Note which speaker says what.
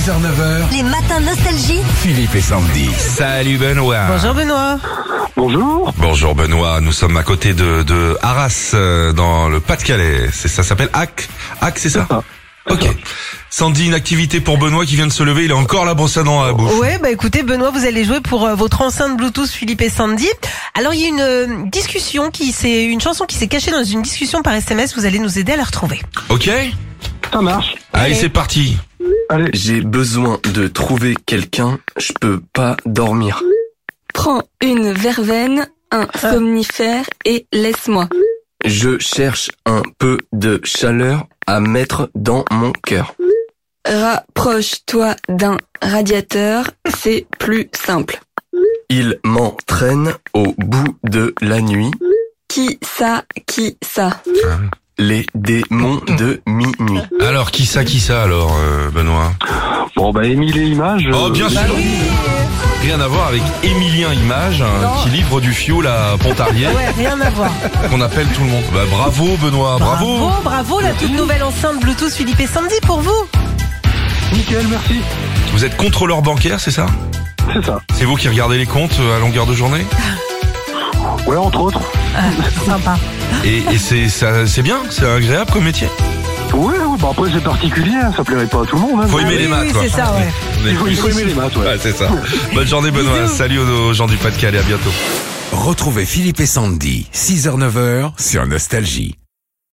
Speaker 1: 6h-9h,
Speaker 2: Les matins nostalgie.
Speaker 1: Philippe et Sandy.
Speaker 3: Salut Benoît.
Speaker 4: Bonjour Benoît.
Speaker 5: Bonjour.
Speaker 3: Bonjour Benoît, nous sommes à côté de, de Arras euh, dans le Pas-de-Calais. C'est ça s'appelle Hack. Hack, c'est ça
Speaker 5: ça.
Speaker 3: Ok. Sandy, une activité pour Benoît qui vient de se lever, il a encore la brosse à dents à la bouche.
Speaker 4: Ouais, bah écoutez Benoît, vous allez jouer pour euh, votre enceinte Bluetooth Philippe et Sandy. Alors il y a une euh, discussion qui c'est une chanson qui s'est cachée dans une discussion par SMS, vous allez nous aider à la retrouver.
Speaker 3: Ok
Speaker 5: Ça marche.
Speaker 3: Allez, c'est parti.
Speaker 5: Allez.
Speaker 6: J'ai besoin de trouver quelqu'un, je peux pas dormir.
Speaker 7: Prends une verveine, un somnifère et laisse-moi.
Speaker 6: Je cherche un peu de chaleur à mettre dans mon cœur.
Speaker 7: Rapproche-toi d'un radiateur, c'est plus simple.
Speaker 6: Il m'entraîne au bout de la nuit,
Speaker 7: Qui ça, qui ça
Speaker 6: les démons de minuit.
Speaker 3: Alors, qui ça, qui ça alors, euh, Benoît
Speaker 5: Bon bah Émile et
Speaker 4: Euh,
Speaker 5: euh, Images.
Speaker 3: Oh, bien sûr Rien à voir avec Émilien Image, hein,
Speaker 4: Non.
Speaker 3: qui livre du fioul à Pontarlier,
Speaker 4: Ouais, rien à voir.
Speaker 3: qu'on appelle tout le monde. Bah, bravo Benoît, bravo,
Speaker 4: bravo, bravo, la toute nouvelle enceinte Bluetooth Philippe et Sandy pour vous.
Speaker 5: Nickel, merci.
Speaker 3: Vous êtes contrôleur bancaire, c'est ça
Speaker 5: C'est ça.
Speaker 3: C'est vous qui regardez les comptes euh, à longueur de journée
Speaker 5: Ouais, entre autres.
Speaker 4: Sympa.
Speaker 3: Et, et c'est ça- c'est bien, c'est agréable comme métier.
Speaker 5: Ouais, ouais, bah après c'est particulier, hein, ça plairait pas à tout le monde. hein.
Speaker 3: Faut aimer
Speaker 4: Bah oui,
Speaker 3: les maths.
Speaker 4: oui,
Speaker 3: quoi.
Speaker 4: c'est ça, ouais.
Speaker 3: On est-
Speaker 5: Il faut, il faut aimer les maths, ouais.
Speaker 3: Ouais, c'est ça. Bonne journée, Benoît. Salut aux aux gens du Pas-de-Calais. À bientôt.
Speaker 1: Retrouvez Philippe et Sandy, 6h-9h, sur Nostalgie.